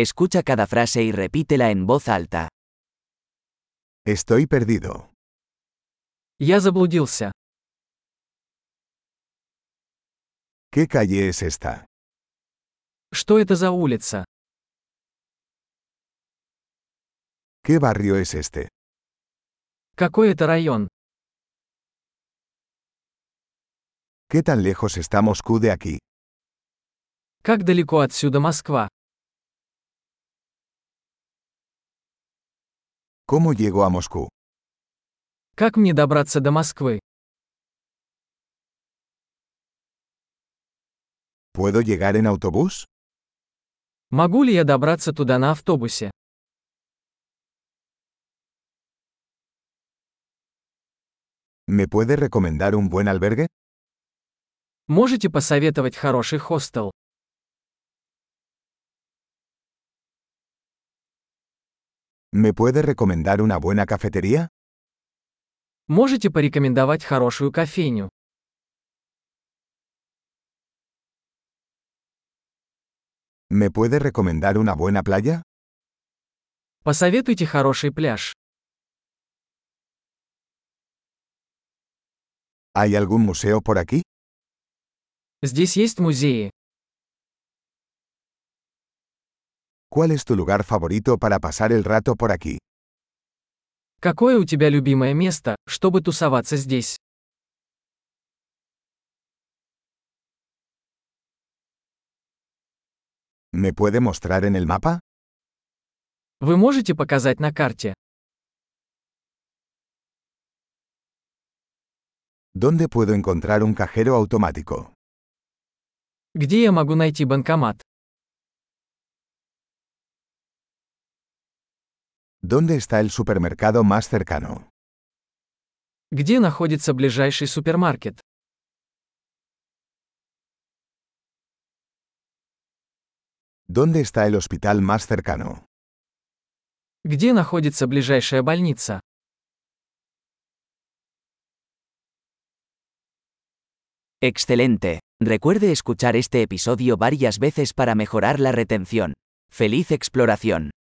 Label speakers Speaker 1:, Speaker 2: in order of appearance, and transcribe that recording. Speaker 1: Escucha cada frase y repítela en voz alta.
Speaker 2: Estoy perdido.
Speaker 3: Я заблудился.
Speaker 2: ¿Qué calle es esta?
Speaker 3: Что это за улица?
Speaker 2: ¿Qué barrio es este?
Speaker 3: Какой это район?
Speaker 2: ¿Qué tan lejos está Moscú de aquí?
Speaker 3: Как далеко отсюда Москва?
Speaker 2: ¿Cómo llego a Moscú?
Speaker 3: Как мне добраться до Москвы?
Speaker 2: ¿Puedo llegar en autobús?
Speaker 3: Могу ли я добраться туда на автобусе?
Speaker 2: ¿Me puede recomendar un buen albergue?
Speaker 3: Можете посоветовать хороший хостел?
Speaker 2: ¿Me puede recomendar una buena cafetería?
Speaker 3: Можете порекомендовать хорошую кофейню?
Speaker 2: ¿Me puede recomendar una buena playa?
Speaker 3: Посоветуйте хороший пляж.
Speaker 2: ¿Hay algún museo por aquí?
Speaker 3: Здесь есть музеи.
Speaker 2: ¿Cuál es tu lugar favorito para pasar el rato por aquí?
Speaker 3: Какое у тебя любимое место, чтобы тусоваться здесь?
Speaker 2: ¿Me puede mostrar en el mapa?
Speaker 3: Вы можете показать на карте?
Speaker 2: ¿Dónde puedo encontrar un cajero automático?
Speaker 3: Где я могу найти банкомат?
Speaker 2: ¿Dónde está el supermercado más cercano?
Speaker 3: Где находится ближайший супермаркет?
Speaker 2: ¿Dónde está el hospital más cercano?
Speaker 3: Где находится ближайшая больница?
Speaker 1: Excelente. Recuerde escuchar este episodio varias veces para mejorar la retención. ¡Feliz exploración!